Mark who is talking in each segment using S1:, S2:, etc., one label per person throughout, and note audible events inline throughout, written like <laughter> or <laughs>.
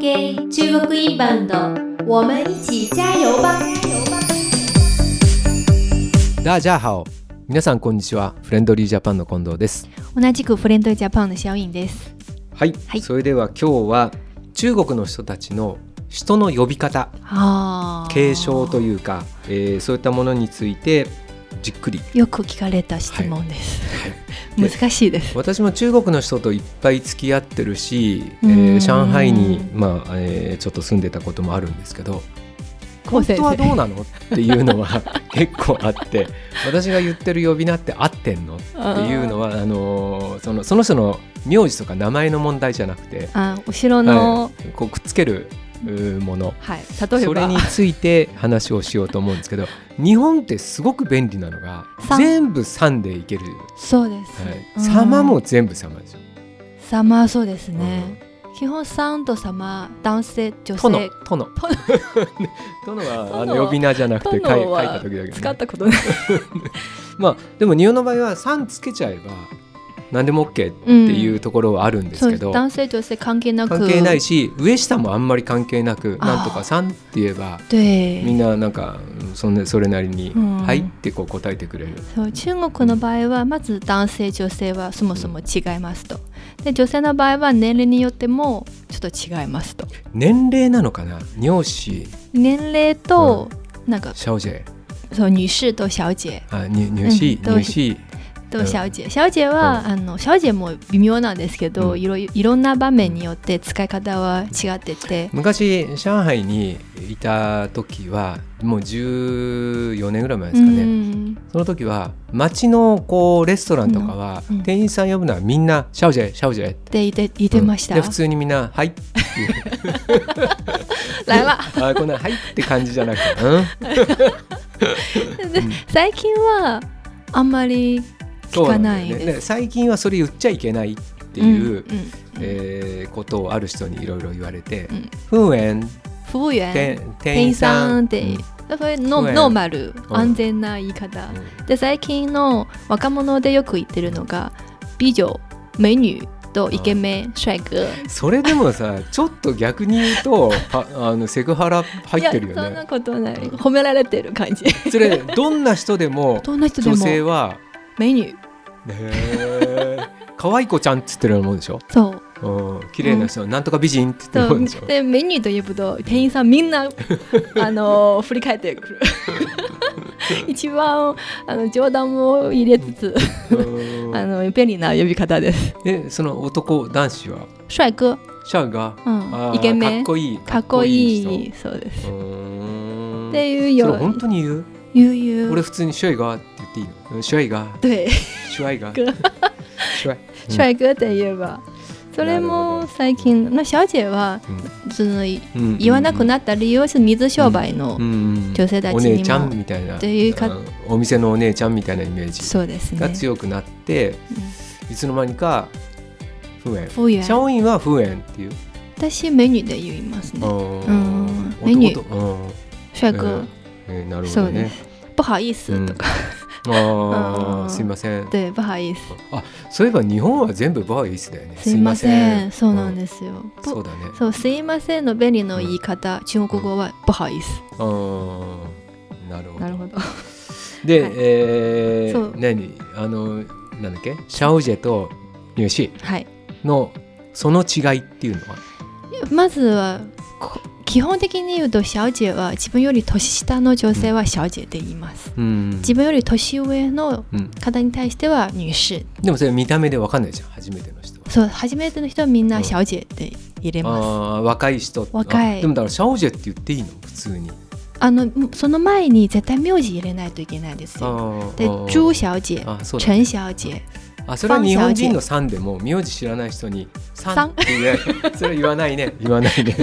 S1: 系中国インバウンド，我们一起加油吧！
S2: ダジャハオ皆さんこんにちはフレンドリージャパンの近藤です
S3: 同じくフレンドジャパンのシャオインです。
S2: はい、
S3: はい
S2: それでは今日は中国の人たちの人の呼び方
S3: あー
S2: 継承というか、えーそういったものについてじっくり
S3: よく聞かれた質問です。
S2: はい
S3: 難しいです。
S2: 私も中国の人といっぱい付き合ってるし、え
S3: う
S2: ー
S3: ん
S2: 上海に、まあえーちょっと住んでたこともあるんですけど
S3: こう
S2: 本
S3: 先
S2: 当はど
S3: 生。
S2: うなのっていうのは <laughs> 結構あって私が言ってる呼び名って合ってんのっていうのはあのーそのその人の名字とか名前の問題じゃなくて、
S3: あ、後ろの、
S2: はいこうくっつけるうーもの
S3: はい、例え
S2: それ
S3: ば
S2: について話をしようと思うんですけど <laughs> 日本ってすごく便利なのが
S3: さん
S2: 全部「さん」でいける
S3: そうで
S2: 「
S3: す。
S2: はい
S3: うん
S2: 様」も全部「様」ですよ。
S3: 様はそうですね。基本さんと様、男性、女
S2: 殿
S3: 性。
S2: 殿 <laughs> 殿はあの
S3: 殿
S2: 呼び名じゃなくて書い
S3: 殿は
S2: 書いた時だけ
S3: 使
S2: ど、
S3: っ
S2: ね、
S3: たことない。
S2: まあでも日本の場合は「さん」つけちゃえば何でも OK っていうところはあるんで
S3: そう
S2: すけ
S3: です。
S2: ど、
S3: 男性、女性関係なく。
S2: 関係ない。し上下もあんまり関係なく「
S3: あー
S2: なんとかさん」って言えば
S3: 对。
S2: みんななんかうんそんなそれなりに「
S3: うん
S2: はい」ってこう答えてくれる。
S3: そう中国の場合はまず男性女性はそもそも違いますとで女性の場合は年齢によってもちょっと違いますと
S2: 年齢なのかな尿子
S3: 年齢となんか
S2: 小姐
S3: そう女士と小姐
S2: あに入
S3: う
S2: 試
S3: んどう
S2: 入試
S3: と小姐小姐はあの小姐も微妙なんですけ
S2: う
S3: ど
S2: ん
S3: いろいろんな場面によって使い方は違ってて
S2: 昔上海にいた時はもう14年ぐらい前ですかね、
S3: うん
S2: その時は街のこうレストランとかは、
S3: うんうん
S2: 店員さん呼ぶのはみんな「シャオジェシャオジェ」って
S3: って言って言ってました
S2: うんで普通にみんな「はい」っていう
S3: <laughs> 来吧
S2: <laughs> あこんな「はい」って感じじゃなくて「うん?
S3: で最近はあんまり」
S2: そ
S3: 聞
S2: う
S3: か
S2: んだ
S3: な
S2: よ
S3: い
S2: ね
S3: です
S2: で最近はそれ言っちゃいけないっていう、
S3: んん
S2: えーことをある人にいろいろ言われて
S3: うん
S2: 「ふんえん
S3: 服務員
S2: 店
S3: 店
S2: 店員
S3: 員さ
S2: さん」
S3: んって
S2: うん
S3: それノ
S2: そうや
S3: ノーマル
S2: うん
S3: 安全な言い方
S2: うん
S3: で最近の若者でよく言ってるのが美女美女とイケメン帅哥
S2: それでもさちょっと逆に言う
S3: <laughs>
S2: とパあのセクハラ入ってる
S3: いや
S2: よ
S3: そんな
S2: ね
S3: ことない褒められてる感じ
S2: それどんな人でも
S3: どんな人で
S2: 女性
S3: も
S2: は
S3: メニュー
S2: 「ねえ可愛い子ちゃん」っつってるようなもんでしょ、
S3: そう
S2: うん、綺麗な人、なんとか美人って言ってるもんでし
S3: そ
S2: ょ
S3: うでメニューと呼ぶと店員さんみん
S2: <laughs>
S3: なあの振り返ってくる一番あの冗談も入れつつ
S2: う
S3: <laughs>
S2: ん
S3: あの便利な呼び方です
S2: でその男男子は
S3: 帅哥、
S2: シャアが
S3: う
S2: あ
S3: ん、
S2: ー
S3: イケ
S2: か
S3: メ
S2: っ
S3: ン
S2: こいい
S3: かっこいい
S2: 人
S3: そうです
S2: うーん
S3: っていう
S2: それ
S3: よ
S2: 本当に言う
S3: ゆうゆう
S2: 俺普通にシュエイガーって言っていいのシュエイガー
S3: 对
S2: シ
S3: <laughs>
S2: ュエイガ
S3: シュ
S2: ーシ
S3: <laughs>
S2: ュエイ
S3: 帅哥って言えば、それも最近の小姐はその
S2: うん
S3: 言わなくなった理由は水商売の
S2: うんうん
S3: 女性たちにも
S2: お姉ちゃんみたいな
S3: っていうか
S2: うんお店のお姉ちゃんみたいなイメージ
S3: そうです
S2: が
S3: ね
S2: 強くなっていつの間にか不縁シ
S3: 服务員
S2: ャオインは不縁っていう
S3: 私メニューで言いますね
S2: うん
S3: メニュー
S2: 男とうん
S3: 帅哥
S2: えーなるほ
S3: そ
S2: ど
S3: うで
S2: ね
S3: す不好意思とか
S2: あ
S3: う
S2: ー
S3: ん
S2: すいません
S3: 对不好意思
S2: あそういえば日本は全部バーイースだよね
S3: すいませんそうなん
S2: す
S3: ですよ
S2: そ
S3: そう
S2: うだね
S3: すいませんの便利の言い方中国語は不好意思
S2: うんなるほど
S3: なるほど
S2: で、
S3: はい
S2: え
S3: そう
S2: ー、何あのなんだっけシャオジェとニューシ
S3: はい
S2: ーのその違いっていうのは
S3: まずはこ基本的に言うと小姐は自分より年下の女性は小姐って言います、
S2: うん
S3: 自分より年上の
S2: うん、
S3: 方に対しては女士
S2: でもそれ見た目でわかんないじゃん初めての人は
S3: そう初めての人はみんな小姐って入れます、
S2: あー若い人
S3: 若い
S2: あでもだからシャオジェって言っていいの普通に
S3: あのその前に絶対名字入れないといけないですよ
S2: あ
S3: で
S2: ー
S3: 朱小姐
S2: あそうだ
S3: 陳小姐
S2: あそれは日本人の「さん」でも名字知らない人に「さん」って言えそれは言わない
S3: <laughs>
S2: ね言わない <laughs> ね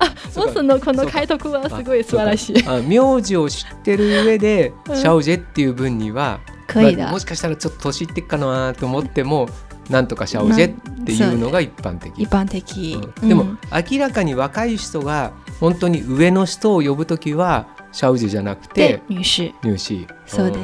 S2: あ
S3: もうそのこの解読はすごい素晴らしい
S2: あ名字を知ってる上で、
S3: うん
S2: シャオジェっていう分には
S3: 可以
S2: まあ
S3: だ
S2: もしかしたらちょっと年いってっかなと思ってもなんとかシャオジェっていうのが一般的、
S3: 一般的、
S2: うんでも、
S3: うん
S2: 明らかに若い人が本当に上の人を呼ぶときはシャオジェじゃなく
S3: で
S2: て
S3: 女士
S2: ニューシー
S3: そうでで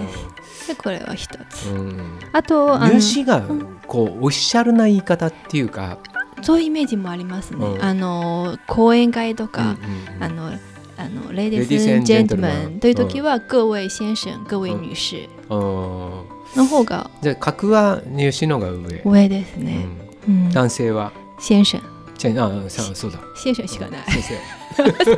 S3: これは一つ
S2: うんうん
S3: あとあ
S2: ニュ
S3: の
S2: ーシーが
S3: ん
S2: こうオフィシャルな言い方っていうか
S3: そういうイメージもありますね、
S2: うん
S3: あの講演会とか、
S2: うん
S3: あのあの ladies
S2: Ladies
S3: and
S2: and
S3: gentlemen
S2: gentlemen
S3: という時は、各位先生各位女士
S2: うんうん
S3: の方が
S2: じゃあ格は入試のが上、
S3: 上です
S2: う
S3: ね、
S2: ん
S3: うん
S2: 男性は
S3: 先生
S2: じゃああさそうだ
S3: 先生しかない
S2: 先生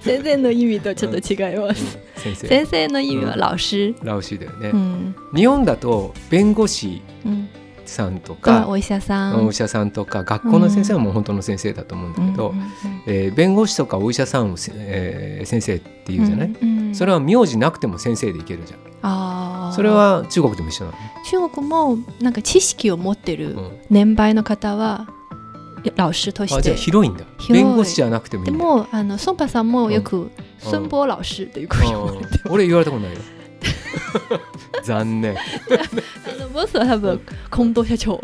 S3: 先生の意味とちょっと違います、
S2: 先生
S3: 先生の意味は老師
S2: ラオシーだよね、
S3: うん、
S2: 日本だと弁護士
S3: うん、
S2: さんと
S3: が
S2: か
S3: お医者さん
S2: お医者さんとか学校の先生はもう本当の先生だと思うんだけど、
S3: うんうん
S2: えー弁護士とかお医者さんをせ、えー先生って言うじゃない、
S3: うんうん
S2: それは名字なくても先生でいけるじゃん
S3: あー
S2: それは中国でも一緒な
S3: 中国もなんか知識を持ってる
S2: の、うん
S3: 年配の方は老師とし
S2: あじゃ
S3: て
S2: あ広いんだ
S3: 広い
S2: 弁護士じゃなくてもいい
S3: で
S2: んだ
S3: もあの孫波さんもよく
S2: うん
S3: 孫波老師っていう
S2: う
S3: 声を言われて
S2: ん俺言われたことないよ <laughs>
S3: <laughs>
S2: 残
S3: <laughs>
S2: 念
S3: あのボスは多分近藤社長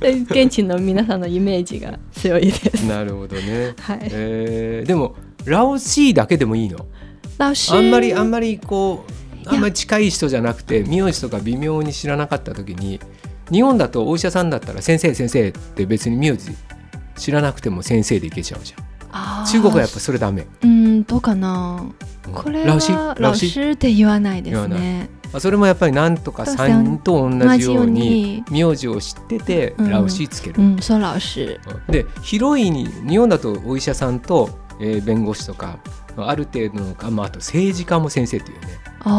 S3: で現地の皆さんのイメージが強いです
S2: なるほどね、
S3: はい
S2: えーでもラオシーだけでもいいの
S3: 老師
S2: あんまりあん
S3: ま
S2: まりこう
S3: いや
S2: あんまり近い人じゃなくて名字とか微妙に知らなかった時に日本だとお医者さんだったら「先生先生」って別に名字知らなくても先生でいけちゃうじゃん中国はやっぱそれダメ、
S3: うんどうかな
S2: うん
S3: これ
S2: ラオシ
S3: は老師って言わないです
S2: 言わ
S3: ね
S2: あそれもやっぱりなんとかさんと同じように名字を知ってて
S3: うん
S2: ラオシつけ
S3: う
S2: る、
S3: ん孫老師
S2: で広いに日本だとお医者さんと、えー弁護士とかある程度のか、まあ、あと政治家も先生っていうね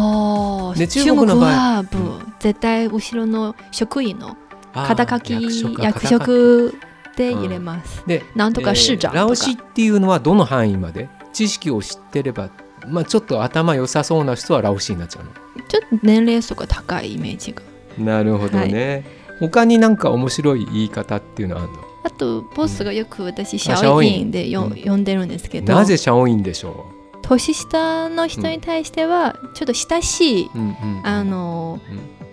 S3: あー
S2: で
S3: 中
S2: 中国
S3: 国
S2: の場合
S3: は
S2: う
S3: もう絶対後ろの職員の
S2: あー
S3: 肩書き
S2: か
S3: 役
S2: 肩書き
S3: 職で入れます。
S2: で
S3: なんとか市長とか
S2: ラオシっていうのはどの範囲まで知識を知ってれば、まあ、ちょっと頭良さそうな人はラオシになっちゃうの
S3: ちょっと年齢層が高いイメージが。
S2: なるほ
S3: ど
S2: ね、他になんか面白い言い方っていうのはあるの
S3: あとボスがよく私シ
S2: あ
S3: ャオイ
S2: シャオイ
S3: ン
S2: ン
S3: でよ
S2: うん
S3: ん呼んでるんですけど、
S2: なぜシャオインでしょ
S3: 年下の人に対してはちょっと親しい、
S2: う、うんうんうん
S3: あの
S2: うん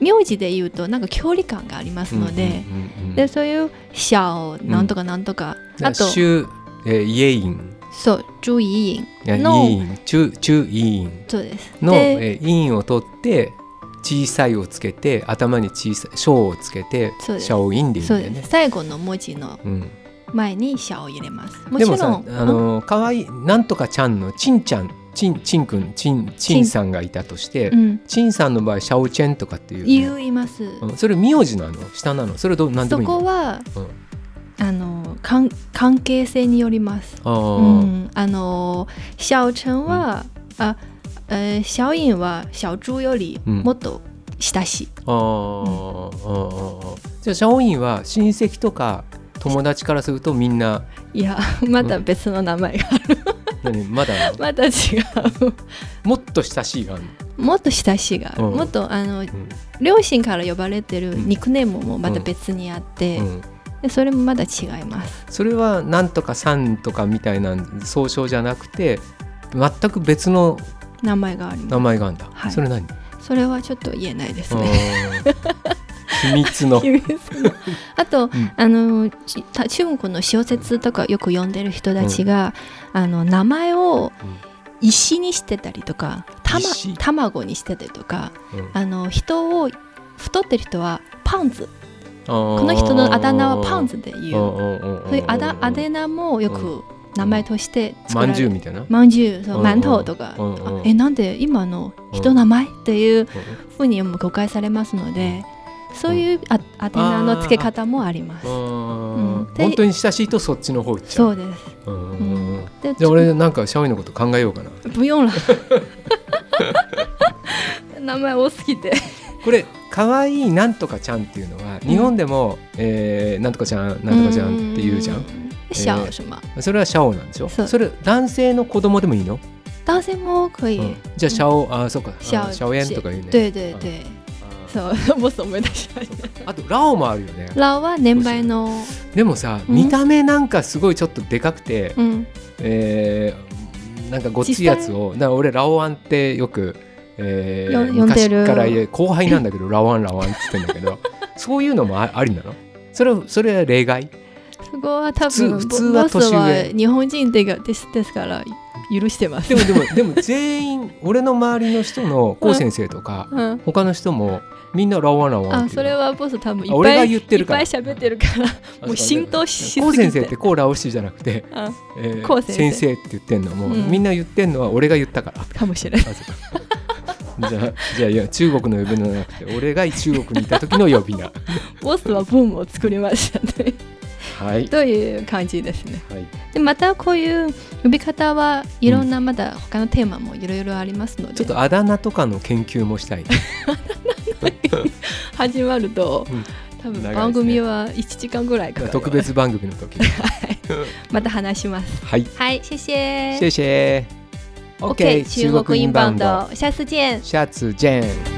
S3: 名字で言うとなんか距離感がありますので、
S2: うんうんうん
S3: でそういうシャオなんとかなんとか、あと
S2: 州、えー、イエイン
S3: そう注意員
S2: いやイ
S3: の
S2: ーイン中中イーイン
S3: そうです。
S2: の、
S3: で
S2: えー、インを取って小さいをつけて頭に小さい小をつけて
S3: そうです
S2: シャオインでいいん
S3: そ
S2: だ
S3: う
S2: よ
S3: で
S2: ね
S3: す。最後の文字の
S2: うん、
S3: 前にシャオを入れます。も
S2: で
S3: ち
S2: も
S3: ろ
S2: さ
S3: ん、
S2: あの可愛いなんとかちゃんのちんちゃんちんちんくんちんちんさんがいたとして
S3: うん、うん
S2: ちんさんの場合シャオチェンとかっていうね、
S3: 言います。
S2: うんそれ名字なの下なのそれどうなんで
S3: そ
S2: もいい
S3: こ
S2: の
S3: は、あのかん関係性によります。
S2: あ
S3: う
S2: ー
S3: ん、あの小陳は、あ、えー、小尹は小猪より
S2: うん
S3: もっと親しい。
S2: あーあーあーじゃあシャオインは親戚とか友達からするとみんない
S3: や、また別の名前が、
S2: 何まだあるの
S3: また違
S2: もっと親しいがあるの
S3: う。もっと親しいがある、
S2: うん
S3: もっとあの
S2: うん
S3: 両親から呼ばれてる
S2: うん
S3: ニックネームもまた別にあって、
S2: うん
S3: でそれもまだ違います。
S2: それはなんとかさんとかみたいな総称じゃなくて全く別の
S3: 名前があり
S2: 名
S3: ま
S2: 前があるんだ、
S3: はい
S2: それ何
S3: す。それはちょっと言えないですね。
S2: 秘密の
S3: 秘密の <laughs> あと、
S2: ん
S3: あのちた中国の小説とかよく読んでる人たちが、あの名前を
S2: うん
S3: 石にしてたりとか、たま
S2: 石
S3: 卵にしてたりとか
S2: うん
S3: あの人を太ってる人はパンツ
S2: こ
S3: この人のあだ名はパンツで
S2: て
S3: 言うそうういうあだあだ
S2: で
S3: 名もよく名前として作
S2: ま
S3: ら
S2: ん
S3: れ
S2: じゅう
S3: る
S2: みたいな
S3: まんじゅうそう
S2: うん
S3: 馒頭とか
S2: うんうん
S3: あえなんで今の人名前っていうふうにも誤解されますのでそういうああだ名の付け方もあります
S2: う。ん
S3: うんで
S2: 本当に親しいとそっちの方行っちゃ
S3: そううです。
S2: うん
S3: うで
S2: じゃあ俺なんかシャオイのこと考えようかな
S3: 不用了。名前多すぎて。
S2: これ可愛いなんとかちゃんっていうのは日本でもえーなんとかちゃんなんとかちゃんって言うじゃん。
S3: 小什么？
S2: それはシャオなんでしょ
S3: そう
S2: それ男性の子供でもいいの
S3: 男性も可以
S2: う。んじゃあシャオあそうかあシ
S3: シャオ
S2: ャオエンとか言うね
S3: 对对对，
S2: あー
S3: そうボス思い出した。
S2: あとラオもあるよね
S3: 老は年配の、
S2: でもさ
S3: うん
S2: 見た目なんかすごいちょっとでかくて
S3: うん、
S2: えーなんかごっついやつをだから俺ラオアンってよく、えー
S3: よ呼んで
S2: 昔
S3: る
S2: から言え後輩なんだけどラオアンラオアンって言ってんだけ <laughs> どそういうのもあありなのそれはそれは例外
S3: そこは多分
S2: 普
S3: ボ
S2: 通は
S3: ボス
S2: 年
S3: は
S2: 上
S3: 日本人でがですですから許してます
S2: で。 <laughs> もでもでも全員俺の周りの人のこう先生とか
S3: うん、
S2: 他の人もみんなラワンラワン
S3: あ
S2: って
S3: そ
S2: 言う
S3: れ
S2: の
S3: はボス多分いっ
S2: 俺
S3: ぱ
S2: が
S3: い
S2: 言ってるから
S3: いっぱい喋ってるからもう浸透しすぎて
S2: コウ先生ってコーラオシじゃなくて、
S3: あ
S2: えー
S3: コウ先
S2: 先
S3: 生
S2: 生って言ってんのも、
S3: うん
S2: みんな言ってんのは俺が言ったから
S3: かもしれない
S2: なぜかじゃあじゃあいや中国の呼び名じゃなくて俺が中国にいた時の呼び名
S3: ボスはブームを作りましたね
S2: はい、
S3: という感じですね
S2: はい、
S3: でまたこういう呼び方はいろんなまだ他のテーマもいろいろありますので、
S2: ちょっとあだ名とかの研究もしたい、ね、
S3: 始まると、
S2: うん
S3: 多
S2: 長いです
S3: 分
S2: ね
S3: 番組は1時間ぐらいかかる
S2: 特別番組の時に
S3: また話します
S2: はい
S3: はい谢谢
S2: 谢谢 OK
S3: 中国インバウンド下次见
S2: 下次见。